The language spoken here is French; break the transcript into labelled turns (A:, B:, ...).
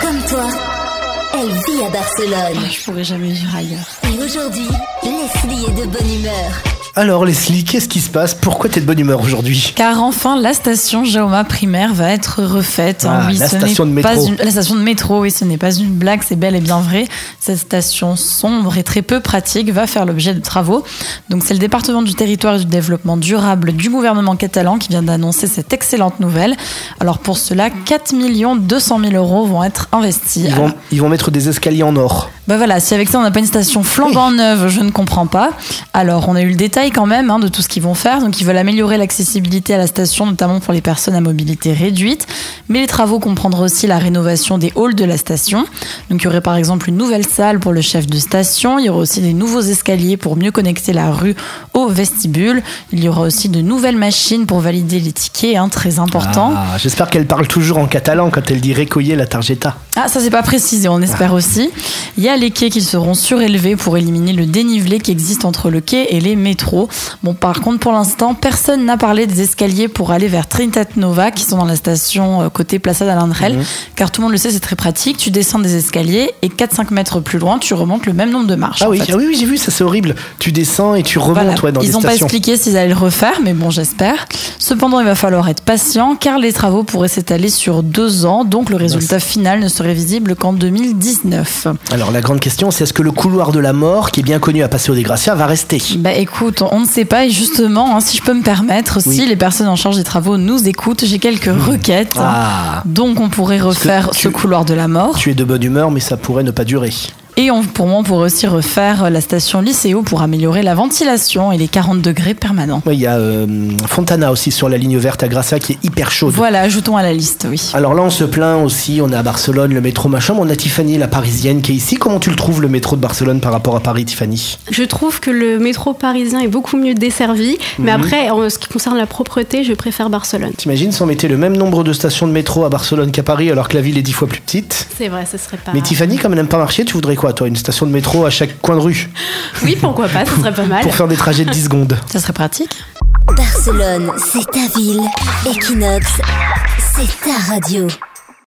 A: Comme toi, elle vit à Barcelone.
B: Ah, je pourrais jamais vivre ailleurs.
A: Et aujourd'hui, Leslie est de bonne humeur.
C: Alors Leslie, qu'est-ce qui se passe Pourquoi t'es de bonne humeur aujourd'hui
B: Car enfin, la station Jaoma primaire va être refaite. hein.
C: Ah, la
B: ce n'est
C: station de métro.
B: pas une- la station de métro, oui, ce n'est pas une blague, c'est bel et bien vrai. Cette station sombre et très peu pratique va faire l'objet de travaux. Donc, c'est le département du territoire et du développement durable du gouvernement catalan qui vient d'annoncer cette excellente nouvelle. Alors, pour cela, 4 200 000 euros vont être investis.
C: ils
B: Alors,
C: vont, ils vont mettre des escaliers en or.
B: Bah voilà, si avec ça on n'a pas une station flambant neuve, je ne comprends pas. Alors on a eu le détail quand même hein, de tout ce qu'ils vont faire. Donc ils veulent améliorer l'accessibilité à la station, notamment pour les personnes à mobilité réduite. Mais les travaux comprendront aussi la rénovation des halls de la station. Donc il y aurait par exemple une nouvelle salle pour le chef de station. Il y aura aussi des nouveaux escaliers pour mieux connecter la rue au vestibule. Il y aura aussi de nouvelles machines pour valider les tickets, hein, très important.
C: Ah, J'espère qu'elle parle toujours en catalan quand elle dit récoyer la targeta.
B: Ah, ça c'est pas précisé, on
C: Ah.
B: espère aussi. Il y a les quais qui seront surélevés pour éliminer le dénivelé qui existe entre le quai et les métros. Bon, par contre, pour l'instant, personne n'a parlé des escaliers pour aller vers Trinitat Nova, qui sont dans la station euh, côté Plaza d'Alandrel,
C: Mhm.
B: car tout le monde le sait, c'est très pratique. Tu descends des escaliers et 4-5 mètres plus loin, tu remontes le même nombre de marches.
C: Ah
B: en
C: oui,
B: fait.
C: ah oui, oui, j'ai vu, ça c'est horrible. Tu descends et tu remontes
B: Voilà.
C: ouais, dans
B: ils
C: des
B: n'ont pas
C: stations.
B: expliqué s'ils allaient le refaire, mais bon, j'espère. Cependant, il va falloir être patient car les travaux pourraient s'étaler sur deux ans, donc le résultat final ne serait visible qu'en 2019.
C: Alors la grande question, c'est est-ce que le couloir de la mort, qui est bien connu à Paseo de Gracia, va rester
B: Bah écoute, on, on ne sait pas et justement, hein, si je peux me permettre,
C: Oui. Hmm.
B: si les personnes en charge des travaux nous écoutent, j'ai quelques requêtes.
C: Ah
B: Donc on pourrait
C: que
B: refaire
C: tu-
B: ce couloir de la mort
C: Tu es de bonne humeur, mais ça pourrait ne pas durer.
B: et on, pour moi on pourrait aussi refaire la station Lycéo pour améliorer la ventilation et les 40 degrés permanents.
C: Ouais, Il y a euh, Fontana aussi sur la ligne verte à Gracia qui est hyper chaude.
B: Voilà, ajoutons à la liste, oui.
C: Alors là, on se plaint aussi, on est à Barcelone, le métro machin, mais on a Tiffany, la parisienne, qui est ici. Comment tu le trouves, le métro de Barcelone, par rapport à Paris, Tiffany
D: Je trouve que le métro parisien est beaucoup mieux desservi, mais
C: Mhm.
D: après, en ce qui concerne la propreté, je préfère Barcelone.
C: T'imagines si on mettait le même nombre de stations de métro à Barcelone qu'à Paris, alors que la ville est dix fois plus petite
D: C'est vrai, ce serait pas.
C: Mais Tiffany, comme elle n'aime pas marcher, tu voudrais quoi, toi Une station de métro à chaque coin de rue
D: Oui, pourquoi pas, ce serait pas mal.
C: Pour faire des trajets de 10 secondes
B: Ça serait pratique.
A: Barcelone, c'est ta ville. Equinox, c'est ta radio.